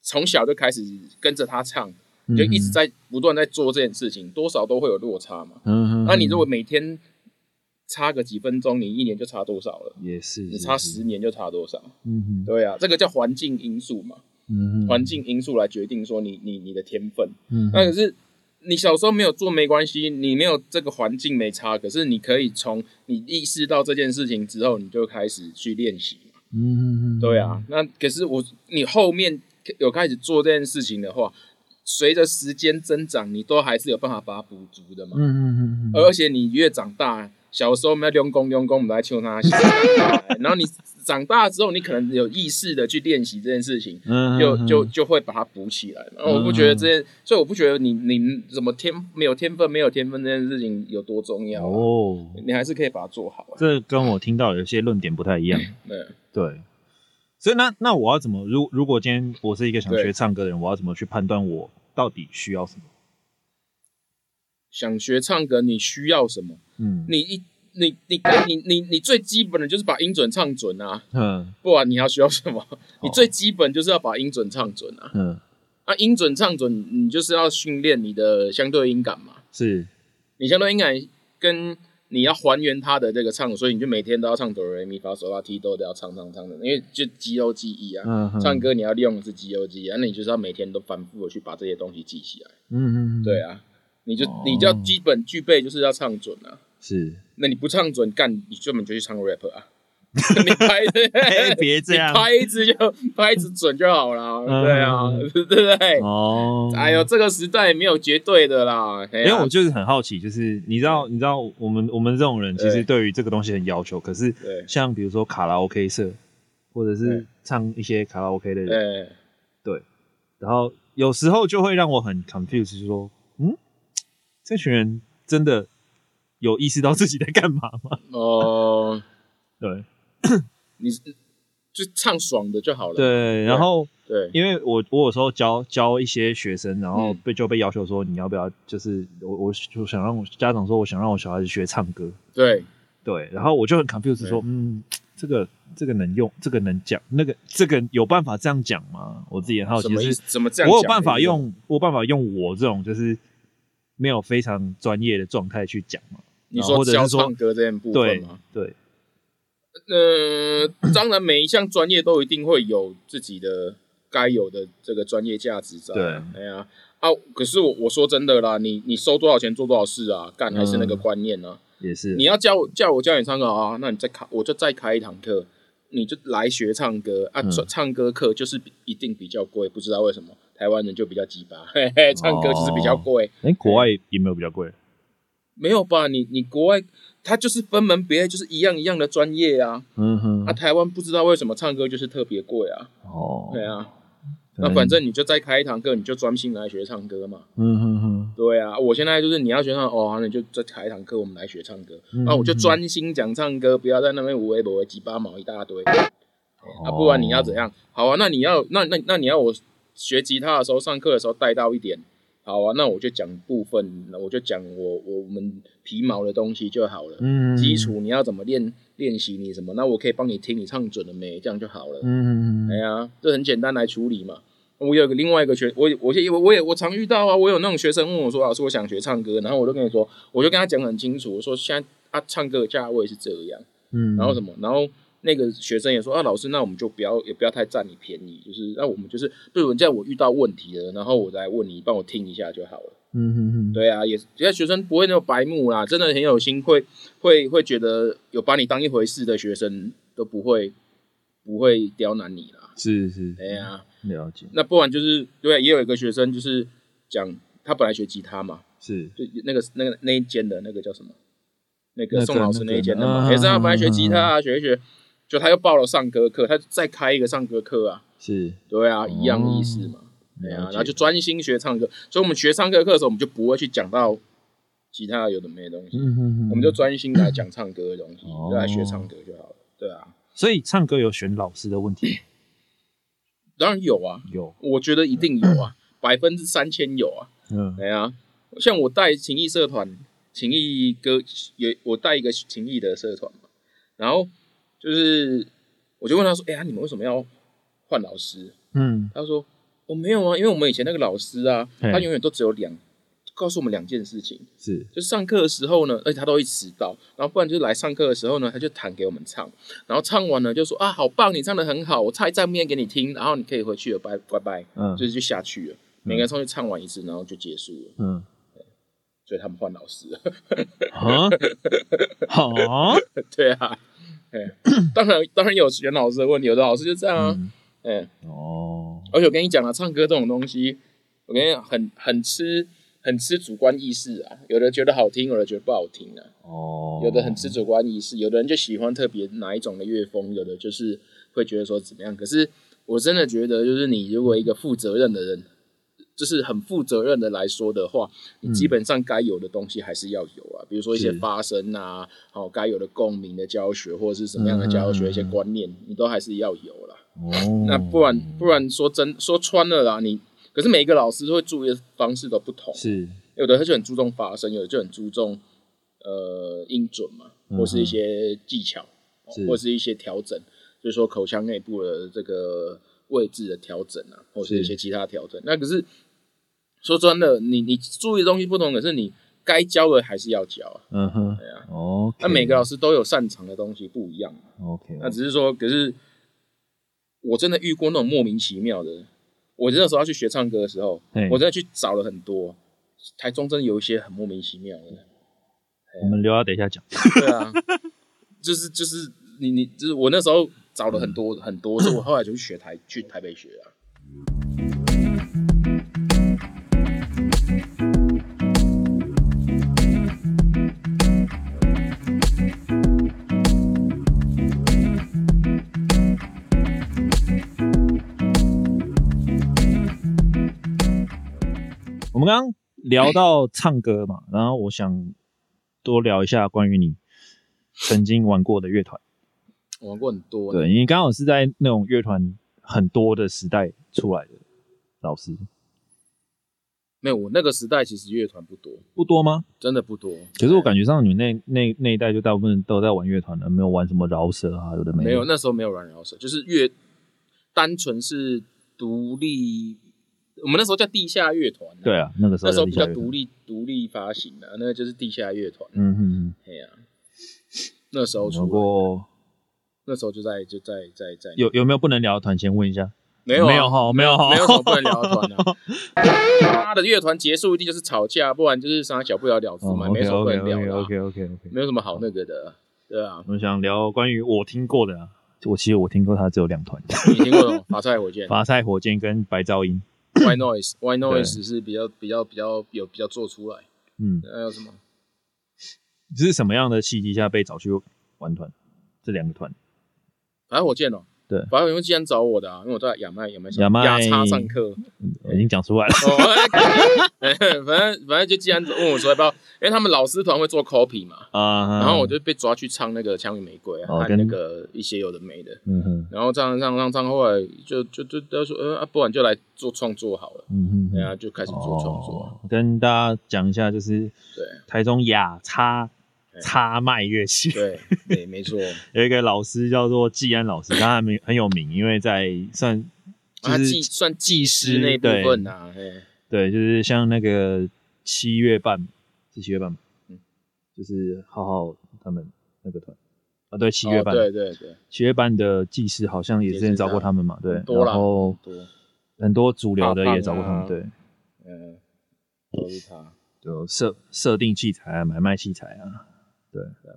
从小就开始跟着他唱，
嗯
你就一直在不断在做这件事情，多少都会有落差嘛。
嗯，嗯哼，
那你如果每天差个几分钟，你一年就差多少了？
也是，
你
是
差，
是
十年就差多少？
嗯哼，
对啊，这个叫环境因素嘛，
嗯
环，境因素来决定说你你你的天分。
嗯
那
哼，
可是你小时候没有做没关系，你没有这个环境没差，可是你可以从你意识到这件事情之后，你就开始去练习。
嗯哼哼，
对啊，那可是我你后面有开始做这件事情的话，随着时间增长，你都还是有办法把它补足的嘛。
嗯哼哼哼，
而且你越长大，小时候我们要用功用功，我们来求他写，然后你长大之后，你可能有意识的去练习这件事情，
嗯，
就
嗯
就
嗯
就会把它补起来。然后我不觉得这件，所以我不觉得你你怎么天没有天分没有天分这件事情有多重要、啊，
哦，
你还是可以把它做好、啊。
这跟我听到有些论点不太一样，
对，
对。所以那那我要怎么？如如果今天我是一个想
对
学唱歌的人，我要怎么去判断我到底需要什么？
想学唱歌，你需要什么？
嗯，
你一你你你你你最基本的就是把音准唱准啊，
嗯
不然你要需要什么？你
哦
最基本就是要把音准唱准啊。
嗯，
那、音准唱准，你就是要训练你的相对音感嘛。
是，
你相对应该跟你要还原他的这个唱，所以你就每天都要唱哆来咪发嗦拉提哆都要唱唱唱的，因为就肌肉记忆啊。
嗯哼，
唱歌你要利用的是肌肉记忆啊，那你就是要每天都反复的去把这些东西记起来。
嗯，嗯嗯，
对啊，你就
哦
你就要基本具备就是要唱准啊。
是，
那你不唱准干，你根本就去唱 rap 啊。你拍子，
哎别这样
你拍子就拍子准就好啦。
嗯
对啊，对不对？
哦，
哎呦，这个时代没有绝对啊的啦。因
因为我就是很好奇，就是你知道，你知道我们我们这种人其实
对
对于这个东西很要求，可是
对
像比如说卡拉 OK 社，或者是
对
唱一些卡拉 OK 的人，
哎，
然后有时候就会让我很 confused，就是说，嗯，这群人真的有意识到自己在干嘛 吗？
哦，
对
你就唱爽的就好了。
对，然后
对，
因为我我有时候教教一些学生，然后
嗯
被就被要求说，你要不要就是我我就想让我家长说，我想让我小孩子学唱歌，
对，
对，然后我就很 confused 说，嗯，这个这个能用，这个能讲，那个这个有办法这样讲吗？我自己很好
什
奇，
么意
是
思？怎么这样？
我有办法，用，我有办法用我这种就是没有非常专业的状态去讲吗？
你
然后
说
啊或者是
教
说
唱歌这件部分
对
吗？
对，
呃，当然每一项专业都一定会有自己的该有的这个专业价值在啊。哎呀啊，可是我我说真的啦，你你收多少钱做多少事啊，干还是那个
嗯
观念啊。
也是
你要叫我叫我教你唱歌啊，那你再开我就再开一堂课，你就来学唱歌啊。
嗯
唱唱歌课就是比一定比较贵，不知道为什么台湾人就比较鸡巴， 嘿嘿，唱歌就是比较贵。
哎，国外有没有比较贵？
没有吧？你你国外它就是分门别类，就是一样一样的专业啊。
嗯哼
啊，，台湾不知道为什么唱歌就是特别贵啊。
哦，
对啊，
可能
那反正你就再开一堂课，你就专心来学唱歌嘛。
嗯哼哼，
对啊，我现在就是你要学唱哦，那你就再开一堂课，我们来学唱歌。
嗯
啊那我就专心讲唱歌，不要在那边无为不为鸡巴毛一大堆。啊，不然你要
哦
怎样？好啊，那你要那那那你要我学吉他的时候，上课的时候带到一点。好啊，那我就讲部分，那我就讲我我我们皮毛的东西就好了。
嗯
基，础你要怎么练练习你什么，那我可以帮你听你唱准了没，这样就好了。
嗯
哎
嗯
呀，这很简单来处理嘛。我有个另外一个学，我我也我也我常遇到啊，我有那种学生问我说，老师我想学唱歌，然后我就跟你说，我就跟他讲很清楚，我说现在啊唱歌的价位是这样，
嗯，
然后什么，然后那个学生也说啊老师，那我们就不要也不要太占你便宜，就是那我们就是不如这样我遇到问题了，然后我来问你，帮我听一下就好了。
嗯哼哼，
对啊，也现在学生不会那么白目啦，真的很有心，会会会觉得有把你当一回事的学生都不会不会刁难你啦。
是是
哎呀、
了解，
那不然就是对，啊也有一个学生就是讲他本来学吉他嘛，
是
就那个那个那一间的那个叫什么，那
那
个
个啊
宋老师那一间的
那
嘛，
个
也是他本来学吉他啊，学一学，就他又报了上歌课，他再开一个上歌课啊，
是，
对啊，一样意思嘛，对啊，
哦了解
然后就专心学唱歌，所以我们学唱歌课的时候，我们就不会去讲到其他有的没的东西，
嗯哼哼，
我们就专心来讲唱歌的东西
哦，
就来学唱歌就好了，对啊，
所以唱歌有选老师的问题，
当然有啊，
有，
我觉得一定有啊，百分之三千有啊。
嗯
对啊，像我带情谊社团、情谊歌，有我带一个情谊的社团嘛，然后就是我就问他说：“哎、呀，你们为什么要换老师
嗯？”，
他说：“我、没有啊，因为我们以前那个老师啊，
嘿
他永远都只有两，告诉我们两件事情，
是，
就是上课的时候呢，而且他都会迟到，然后不然就是来上课的时候呢，他就弹给我们唱，然后唱完了就说啊，好棒，你唱的很好，我唱一再面给你听，然后你可以回去了，拜拜拜，
嗯
就是就下去了，每个人上去唱完一次，然后就结束了。”
嗯，
所以他们换老师了。
啊， 好，
对啊，哎、当然当然有选老师的问题，有的老师就这样啊，
嗯
哎、
哦，
而且我跟你讲啊，唱歌这种东西，我跟你讲，很很吃很吃主观意识啊，有的觉得好听，有的觉得不好听啊，
哦，
有的很吃主观意识，有的人就喜欢特别哪一种的乐风，有的就是会觉得说怎么样，可是我真的觉得，就是你如果一个负责任的人。就是很负责任的来说的话，你基本上该有的东西还是要有啊，比如说一些
嗯是
发声啊，哦，该有的共鸣的教学，或者是什么样的教
嗯嗯
学，
嗯
一些观念，你都还是要有啦。
哦，
那不然不然说真说穿了啦，你可是每个老师会注意的方式都不同，啊
是，
有的他就很注重发声，有的就很注重呃音准嘛，
嗯
或是一些技巧，哦
是
或是一些调整，就是说口腔内部的这个位置的调整啊，或是
是
一些其他调整。那可是说穿了，你你注意的东西不同，可是你该教的还是要教啊。
嗯哼
对啊，
哦，
那每个老师都有擅长的东西不一样嘛，
OK，
那啊只是说，可是我真的遇过那种莫名其妙的。我那时候要去学唱歌的时候，
嘿
我真的去找了很多，台中真的有一些很莫名其妙的。
我们留到等一下讲。
对啊，就是就是你你就是我那时候找了很
嗯
多、很多，所以我后来就去学台去台北学啊。
我们刚刚聊到唱歌嘛，然后我想多聊一下关于你曾经玩过的乐团。
我玩过很多，
对，因为刚好是在那种乐团很多的时代出来的老师，
没有我那个时代其实乐团不多，
不多吗？
真的不多。
可是我感觉上你们那那那一代就大部分都在玩乐团了，没有玩什么饶舌啊，有的没
没有
的
那时候没有软饶舌，就是乐单纯是独立，我们那时候叫地下乐团、啊，
对，啊，那个时候
那时候
在
比
地下
较
乐团
独立独立发行的、啊，那个就是地下乐团。
嗯嗯
哎呀、那时候
嗯，
出
不
来，
过
那时候就在就在在在
有有没有不能聊的团？先问一下，
没有啊
没有哈，没有哈，
没有什么不能聊的团 啊。他的乐团结束一定就是吵架，不然就是啥小不了了之
哦
嘛，没什么不
OK
能
OK
聊的啊、
OK OK OK，
没有什么好那个的，对啊。
我想聊关于我听过的、啊，我其实我听过他只有两团，
你听过什么？法菜 火箭
法赛火箭跟白噪音。
，Why Noise，Why Noise 是比较比较比较有比较做出来。
嗯，
还有什么？
是什么样的契机下被找去玩团？这两个团，
反正火箭哦，
对
反正火箭既然找我的、啊，因为我在亚麦亚麦上
亚麦
亚叉 上课，
嗯我已经讲出 来了。
哦，哎反正反正就既然问我说要不要，因为他们老师团会做 copy 嘛，
啊，
然后我就被抓去唱那个《枪与玫瑰》啊，
哦
和
跟
那个一些有的没的，
嗯哼，
然后唱唱唱唱，后来就就就他说，呃、啊，不然就来做创作好了，
嗯哼，
然后啊就开始做创作，
哦。跟大家讲一下，就是
对
台中雅叉
对
叉麦乐器，
对对，没 错，啊
有一个老师叫做季安老师，他很很有名，因为在算
啊，
就是
技算技师那一部分啊，嘿
对，就是像那个七月半，是七月半吗？
嗯
就是浩浩他们那个团啊，对，七月半，
哦对对对，
七月半的技师好像也之前找过他们嘛，对，
多啦
然后
很多
很多主流的也找过他
大胖啊
们，对，
嗯、都是他。
就设设定器材啊，买卖器材啊，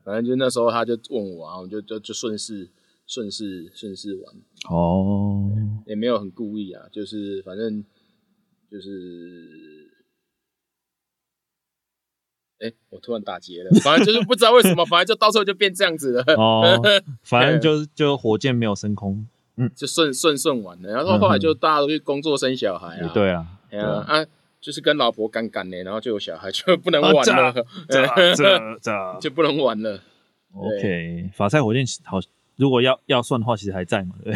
反正就那时候他就问我啊，我就就就顺势顺势顺势玩，
哦，
也没有很故意啊，就是反正就是，哎、我突然打结了，反正就是不知道为什么，反正就到时候就变这样子了，
哦，反正 就是就火箭没有升空，
就顺顺顺玩了。然后后来就大家都去工作生小孩
也嗯
啊，
对啊，
哎
对
呀
啊，
啊就是跟老婆干干呢，然后就有小 孩就不能
啊
玩
这
了，
啊这这这
啊就不能玩了。
，OK，法赛火箭好，如果要要算的话，其实还在嘛，对，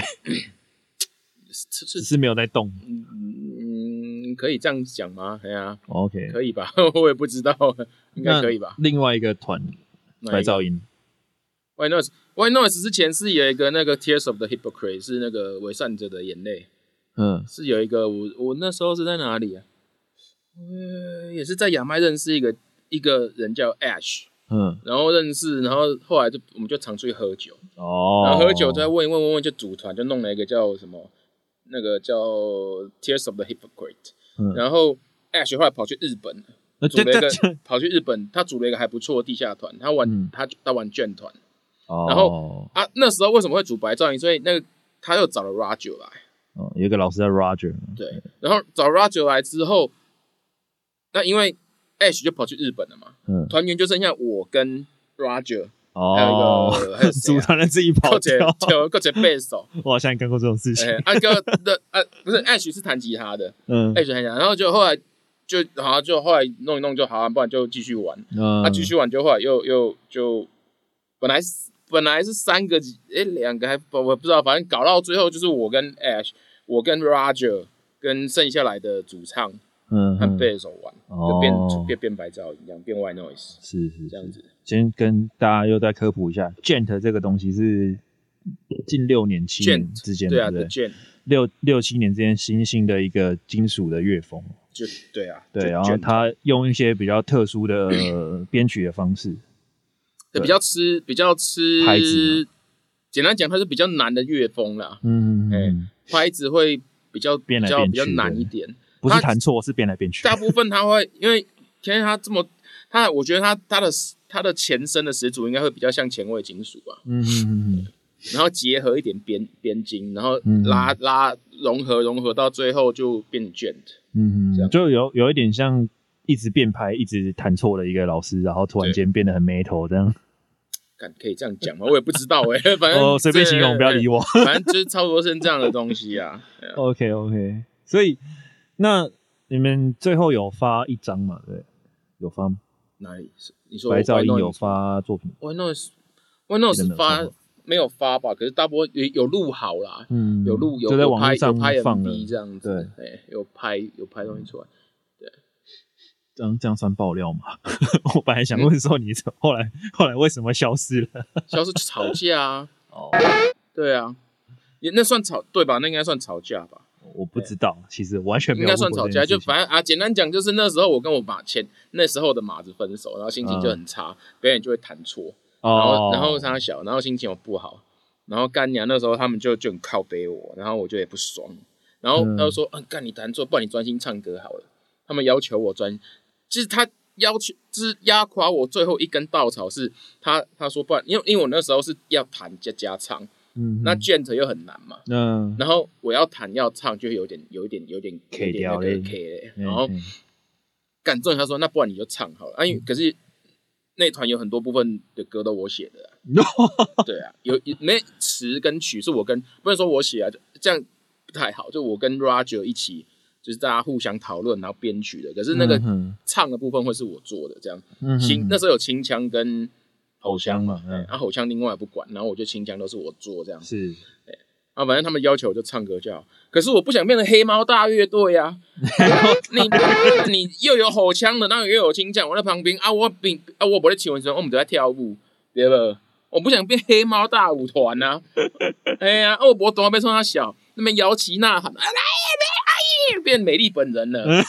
是
只
是
是没有在动
嗯，可以这样讲吗？哎呀、
，OK，
可以吧？ 我也不知道，应该可以吧？
另外一个团白噪音，
Why Noise Why Noise 之前是有一个那个 Tears of the Hypocrite 是那个伪善者的眼泪，
嗯，
是有一个我我那时候是在哪里啊？呃，也是在亚麦认识一个一个人叫 Ash，
嗯，
然后认识，然后后来就我们就常出去喝酒，
哦，
然后喝酒再问一问问问，就组团就弄了一个叫什么那个叫 Tears of the Hypocrite，、
嗯
然后 Ash 后来跑去日本了
呃
组
这
了一
这
个
这，
跑去日本，他组了一个还不错的地下团，他玩、
嗯
他他玩卷团
然
然
后
啊。那时候为什么会组白噪音？所以那个他又找了 Roger 来，
哦有一个老师叫 Roger，
对，
嗯
然后找 Roger 来之后，那因为 Ash 就跑去日本了嘛，
嗯，
团员就剩下我跟 Roger，还有一
哦，
个还有 谁
组
啊？
团的自己跑
或者
掉，
有或者贝斯手，
我好像也干过这种事情
哎，，阿哥的啊，不是 Ash 是弹吉他的
嗯
，Ash 弹吉他，然后就后来就好像就后来弄一弄就好啊，不然就继续玩，
嗯
啊，继续玩就后来又又就本来是本来是三个几，诶，两个还我我不知道，反正搞到最后就是我跟 Ash，我跟 Roger 跟剩下来的主唱
嗯
和
嗯
贝斯手玩，
哦
就变变变白噪一样，变 White Noise
是是
这样
是，
子。
先跟大家又再科普一下，Gent 这个东西是近六年七年
Gent，
之间，
对啊
不
，The Jam，
六六七年之间新兴的一个金属的乐风，
就对啊，就
对，然后
卷
他用一些比较特殊的 呃编曲的方式，
对比较吃比较吃
拍子，
简单讲，它是比较难的乐风啦，
嗯，
嗯拍子会比较比
变来
较
变
比较
去
难
的
一点。
不是
他
弹错，是变来变去，
大部分他会，因为天天他这么，他我觉得他他的他的前身的始祖应该会比较像前卫金属吧，
嗯嗯
然后结合一点边边精，然后
嗯
拉、拉融合融合到最后就变卷
嗯嗯
这样
嗯，就有有一点像一直变拍、一直弹错的一个老师，然后突然间变得很 metal 这样。
敢可以这样讲吗？我也不知道哎、 反正
哦，随便形容，不要理
我，
我。
反正就是差不多是这样的东西啊。
哎
对啊
OK OK，所以那你们最后有发一张嘛？对，有发吗
哪里？你说
白噪
Why
音
Not
有发作品，
？Why Not Why Not
真
是
的没有
发
上过
没有发吧？可是大波有有录好啦，
嗯，
有录有
就在
有
网
拍
络
有
上
拍
放
MV
了，
这样子，对，有拍有拍东西出来。
这样这样算爆料吗？ 我本来想问说你怎后来后来为什么消失了？
消失吵架啊，
哦，
对啊，也那算吵对吧？那应该算吵架吧？
我不知道，其实完全没
应
有
该
问过
算吵
这
架，
件
就
事情
反正啊，简单讲就是那时候我跟我马前那时候的马子分手，然后心
嗯
情就很差，表演就会弹错，然后、
哦，
然后他小，然后心情又不好，然后干娘那时候他们就就很靠背我，然后我就也不爽，然后
嗯
他就说，嗯、干你弹错，不然你专心唱歌好了。他们要求我专，就是他要求，就是压垮我最后一根稻草是他他说不然，因为因为我那时候是要弹加加唱。
嗯
那 gent 又很难嘛，
嗯
然后我要弹要唱就有点有一点有点
可以
有点那
聊
个
嘞
K
嗯
然后
嗯
干正他说那不然你就唱好了，啊，因为可是那团有很多部分的歌都我 写的啊、对啊，有有那词跟曲是我跟不能说我写啊，就这样不太好，就我跟 Roger 一起就是大家互相讨论然后编曲的，可是那个
嗯哼
唱的部分会是我做的，这样
嗯哼
清那时候有清腔跟
口腔嘛
哎
嗯
然后口腔另外不管，然后我就清腔都是我做这样，
是
啊，反正他们要求我就唱歌就好。可是我不想变成黑猫大乐 队啊！你你又有吼腔的，然后又有清唱，我在旁边啊，我比啊我不在请问声，我们都在跳舞，对不？我不想变黑猫大舞团呐、啊！ 哎呀，啊我脖子被冲他小，那边摇旗呐喊，啊来呀来呀，哎变美丽本人 了，哎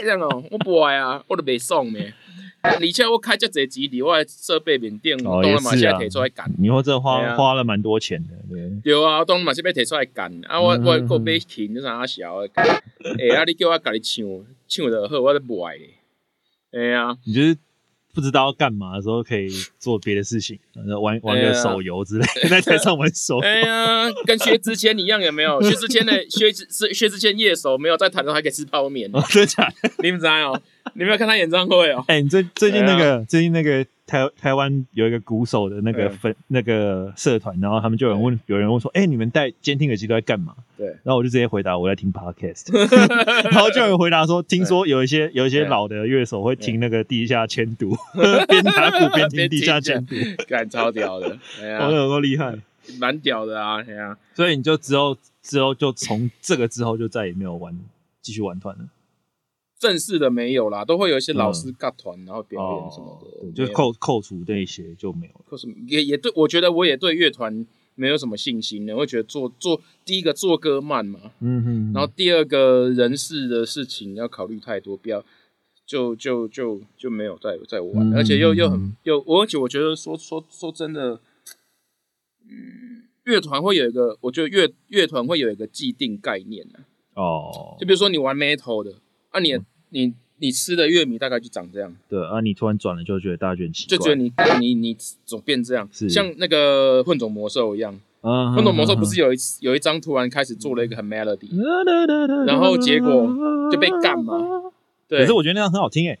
这样哦，我不爱啊，我都没送咩。而且我开这侪钱，你我的设备面顶，
哦
当然嘛，
也
现
是
在
啊
提出来干。
你或者
对
花
啊
花了蛮多钱的，对，
对啊，当然嘛是要摕出来干，啊我、
嗯
我还买琴，你啥小 的，哎、啊你叫我家己唱，唱得好我都不爱咧，哎呀、
你就是不知道要干嘛的时候可以做别的事情，呃玩玩
哎呀
个手游之类，在台上玩手游，
哎呀，跟薛之谦一样有没有？薛之谦的薛之是薛之谦乐手没有在台上还可以吃泡面，
哦 真假的？
你们知道哦？你没有看他演唱会哦？
哎，你最最近那个最近那个台台湾有一个鼓手的那个
嗯
分那个社团，然后他们就有人问有人问说，哎，你们戴监听耳机都在干嘛？
对，
然后我就直接回答我在听 podcast，然后就有人回答说，听说有一些有一些
对
老的乐手会听那个地下迁读， 边打鼓边听地下迁读，
干超屌的，哎
哦，那
呀，
有多厉害！
蛮屌的啊，哎呀，
所以你就之后之后就从这个之后就再也没有玩继续玩团了，
正式的没有啦，都会有一些老师尬团，然后表演什么的，
嗯哦对就
没有
扣扣除这一些就没有了。
或什么也也对我觉得我也对乐团没有什么信心了。我会觉得做做第一个做歌慢嘛，
嗯哼
然后第二个人事的事情要考虑太多，不要就就就就没有再再玩，
嗯
而且又又很又我而且我觉得说说说真的，嗯，乐团会有一个，我觉得乐乐团会有一个既定概念啊，
哦
就，比如说你玩 metal 的啊
嗯
你，你你吃的乐迷大概就长这样。
对啊，你突然转了就觉得大家觉得很奇
就
怪，
觉得你你你总变这样，
是
像那个混种魔兽一样，
嗯嗯
混种魔兽不是有一次有一张突然开始做了一个很 melody，然
然
后结果就被干嘛对，
可是我觉得那样很好听哎，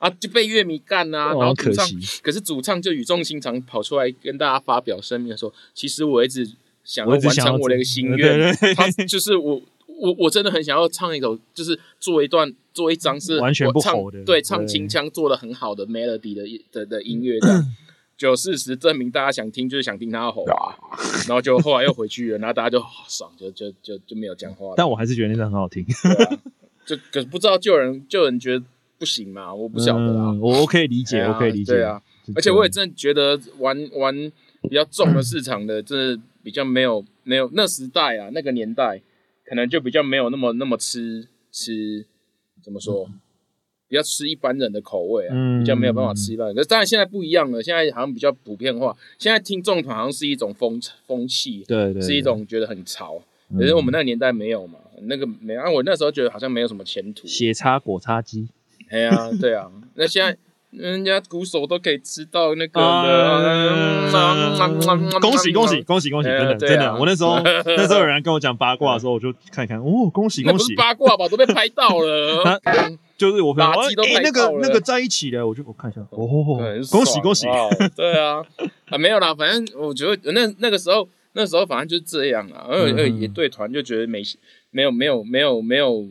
啊就被乐迷干啊，然后
哦
主
可
唱，
惜
可是主唱就语重心长跑出来跟大家发表声明说，其实我一直想要
我
完
一直想要
成我的一个心愿
对对，对
他就是我我我真的很想要唱一首，就是做一段做一张是
完全
我
不
唱
吼的
对，
对
唱清腔做的很好的 melody 的的的音乐 这样。就事实证明，大家想听就是想听他吼啊，然后就后来又回去了，然后大家就、哦爽，就就就就没有讲话了。
但我还是觉得那张很好听，
对啊，就可是不知道救人救人觉得不行嘛，我不晓得啊。
嗯我我可以理解，
对啊
我可以理解，
对啊，
是这样，
而且我也真的觉得玩玩比较重的市场的，真的比较没有没有那时代啊，那个年代可能就比较没有那么那么吃吃怎么说，比较吃一般人的口味啊，
嗯
比较没有办法吃一般人。可是当然现在不一样了，现在好像比较普遍化，现在听众团好像是一种风风气，
对对，
是一种觉得很潮，
嗯，
可是我们那个年代没有嘛，那个没啊，我那时候觉得好像没有什么前途。
血叉果叉鸡，
哎呀，对啊，那现在。人家鼓手都可以吃到那个啊
啊嗯
的，
恭喜恭喜！恭喜恭喜！
哎呀
真的
对啊
真的，我那时候那时候有人跟我讲八卦的时候，我就看一看，哦，恭喜
那
恭
不是
喜！
八卦吧？都被拍到
啊
了。嗯
就是我朋友，
垃圾都
哎
拍
那
到
个
了
那个在一起的，我就我看一下，哦，
很爽
恭喜恭喜！
哇对啊，啊没有啦，反正我觉得那那个时候那时候反正就是这样啊，而
嗯
而也对团就觉得没没有没有没有没有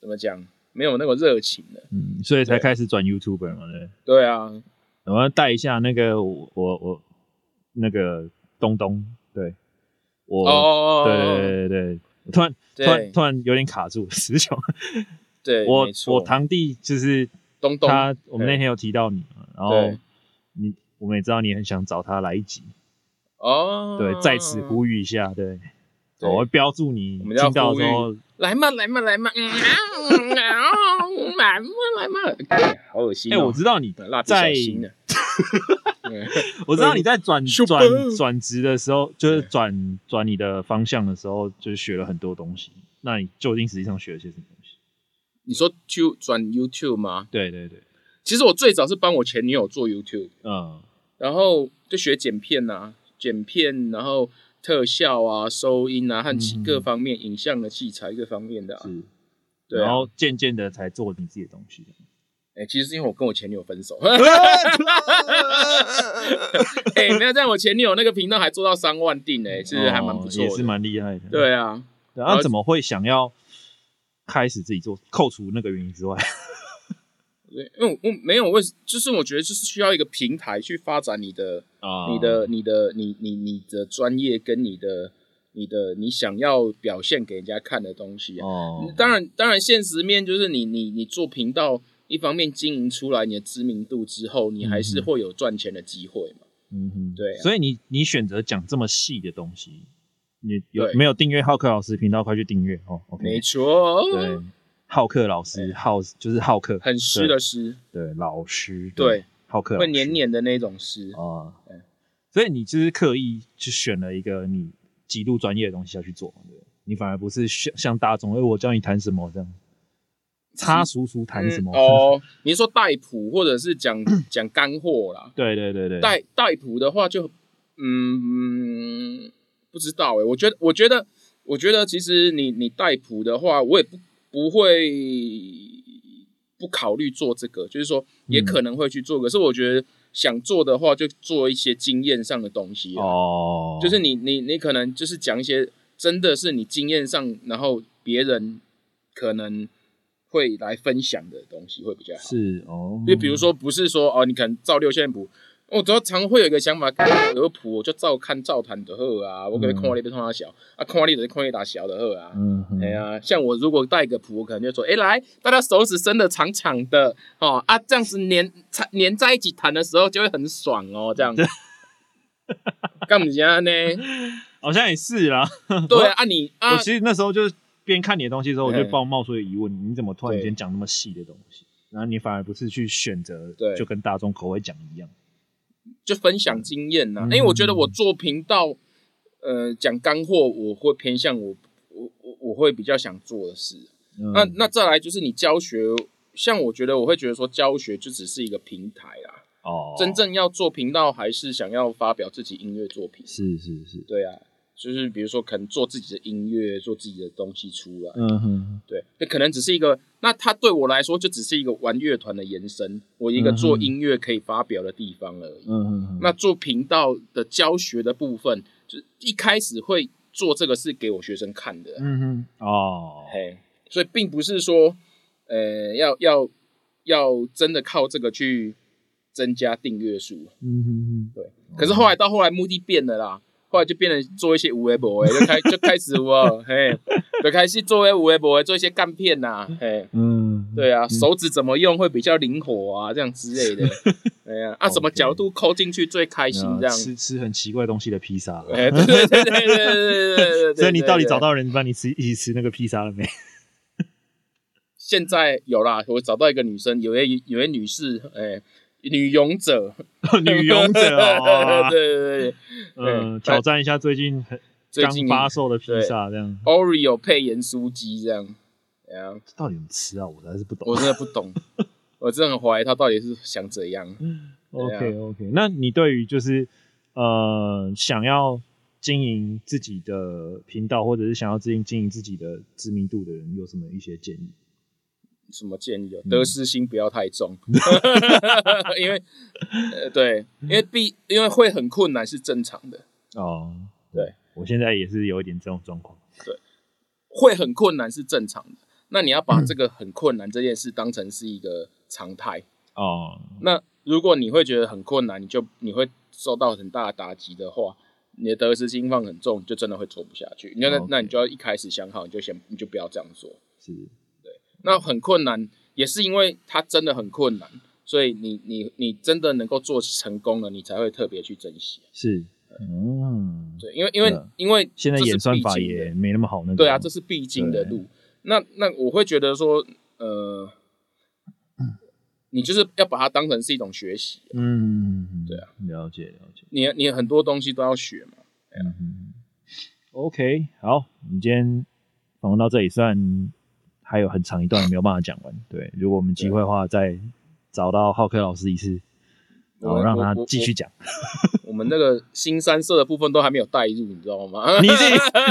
怎么讲，没有那个热情了。
嗯，所以才开始转 YouTuber 嘛，对。
对啊，
我要带一下那个我我我那个东东，对我，
哦，
对对对对对，突然突然
对
突然有点卡 住，词穷。
对，
我
没错
我堂弟就是
东东，
他，我们那天有提到你嘛，然后
对
你我们也知道你很想找他来一集，
哦，
对，在此呼吁一下，对，
对
我会标注你
我们要
听到的时
呼
候，
来嘛来嘛来嘛，嗯啊嗯啊嗯啊来嘛来嘛，哎好恶心
哎，
哦！
我知道你
蜡笔小新啊呢，
我知道你在转
Super
转转职的时候，就是
对
转转你的方向的时候，就是学了很多东西。那你究竟实际上学了些什么东西？
你说 to 转 YouTube 吗？
对对对，
其实我最早是帮我前女友做 YouTube，
嗯
然后就学剪片呐、啊，剪片，然后特效啊、收音啊和其
嗯
各方面影像的器材各方面的、啊。
是，
对啊
然后渐渐的才做你自己的东西。
哎、其实是因为我跟我前女友分 手。 哎、没有这样，我前女友那个频道还做到三万订哎、其实还蛮不错
哦
的。
也是蛮厉害的。
对啊，
对，
然
那
后
怎么会想要开始自己做？扣除那个原因之 外，
对，因为我我没有为，就是我觉得就是需要一个平台去发展你的、
啊
你的、你的、你、你、你的专业跟你的、你的你想要表现给人家看的东西啊。
哦，
当然，当然，现实面就是你、你、你做频道，一方面经营出来你的知名度之后，你还是
嗯哼
会有赚钱的机会嘛。
嗯哼，
对啊
所以你你选择讲这么细的东西，你有
对
没有订阅浩克老师频道？快去订阅哦。OK，
没错，
对，浩克老师，浩就是浩克，
嗯很湿的湿，
对，对老师，
对，
浩克老师
会黏黏的那种湿。
啊
对。
所以你就是刻意去选了一个你极度专业的东西要去做，对你反而不是像像大众，哎，我教你弹什么这样，擦叔叔弹什么？
嗯哦，你是说带谱或者 是讲讲干货啦？
对对对对，
带带谱的话就，嗯，不知道哎、我觉得，我觉得，我觉得，其实你你带谱的话，我也不不会不考虑做这个，就是说也
嗯
可能会去做，可是我觉得想做的话，就做一些经验上的东西啊，
哦，
就是你你你可能就是讲一些真的是你经验上，然后别人可能会来分享的东西会比较好。
是哦，
就比如说，不是说哦，你可能照六线谱，我只要常会有一个想法，干有谱我就照看照弹的好啊，我可能看你被看他小，啊看你的看你打小的好啊。
嗯哼，
哎呀，像我如果带一个谱，我可能就说，哎、来，大家手指伸的长长的，哦啊，这样子粘缠粘在一起弹的时候就会很爽哦，这样子。干嘛家呢？
好像也是啦。
对啊，你啊
我，其实那时候就是边看你的东西的时候，我就
嗯
冒冒出一个疑问：你怎么突然
对
间讲那么细的东西？然后你反而不是去选择，
对
就跟大众口味讲一样。
就分享经验呐、
嗯
因为我觉得我做频道，呃，讲干货，我会偏向我我我我会比较想做的事。
嗯
那那再来就是你教学，像我觉得我会觉得说教学就只是一个平台啦，
哦，
真正要做频道还是想要发表自己音乐作品。
是是是，
对啊，就是比如说可能做自己的音乐，做自己的东西出来。
嗯哼，
对，那可能只是一个，那它对我来说就只是一个玩乐团的延伸，我一个
嗯哼
做音乐可以发表的地方而已。
嗯哼，
那做频道的教学的部分，就是一开始会做这个是给我学生看的，
嗯哼，哦，
嘿，所以并不是说，呃，要要要真的靠这个去增加订阅数。
嗯哼哼，
可是后来到后来目的变了啦，后来就变成做一些无微博诶，就开就开始我嘿，就开始做一些无微博做一些干片呐、嘿。
嗯，
对啊，手指怎么用会比较灵活啊？这样之类 的，哎呀，啊，什么
OK
角度抠进去最开
嗯，
心？
啊
这样
吃吃很奇怪东西的披萨。
哎，对对对对对对对对对对。
所以你到底
对
找？到人帮你吃一起吃那个披萨了没？
现现在有啦，我找到一个女生，有位有位女士，哎、女勇者，
女勇者啊，
对对对对
嗯，
对
挑战一下最近很
最
刚
近
发售的披萨，这样
Oreo 配盐酥鸡这样，哎呀，
这到底怎么吃啊？我还是不懂
我。真的不懂， 我真的很怀疑他到底是想怎样。
OK OK，那你对于就是呃想要经营自己的频道，或者是想要经营经营自己的知名度的人，有什么一些建议？
什么建
嗯
议哦？得失心不要 太重，因为呃对，因为必因为会很困难是正常的，
哦，
对
我现在也是有一点这种状况。
会很困难是正常的。那你要把
嗯
这个很困难这件事当成是一个常态。
哦，
那如果你会觉得很困难，你就你会受到很大的打击的话，你的得失心放很重，你就真的会做不下去。那那
OK
那你就要一开始想好，你就先你就不要这样做。
是
那很困难，也是因为它真的很困难，所以你你你真的能够做成功了，你才会特别去珍惜。
是，嗯，
对，因为因为
对啊
因为
现在
这是
演算法
必经的
也没那么好那个。
对啊，这是必经的
嗯对
路。那那我会觉得说，呃，你就是要把它当成是一种学习，
嗯，
对啊，
了解了解。
你你很多东西都要学嘛。
嗯，OK，好，我们今天访问到这里，虽然还有很长一段没有办法讲完，对，如果我们机会的话，再找到浩克老师一次，然后
我
让
我
他
我
继续讲。
我们那个新三色的部分都还没有带入，你知道吗？
你已经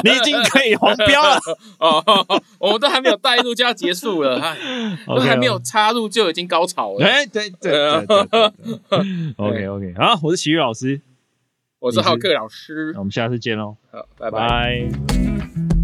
你已经可以黄标了
哦，我们都还没有带入就要结束了，哎 都
，OK，哦
还没有插入就已经高潮了。
哎，对对对对对 对，OK OK，好，我是奇遇老师，
我是浩克老师
那，我们下次见喽，
好，拜拜。
拜。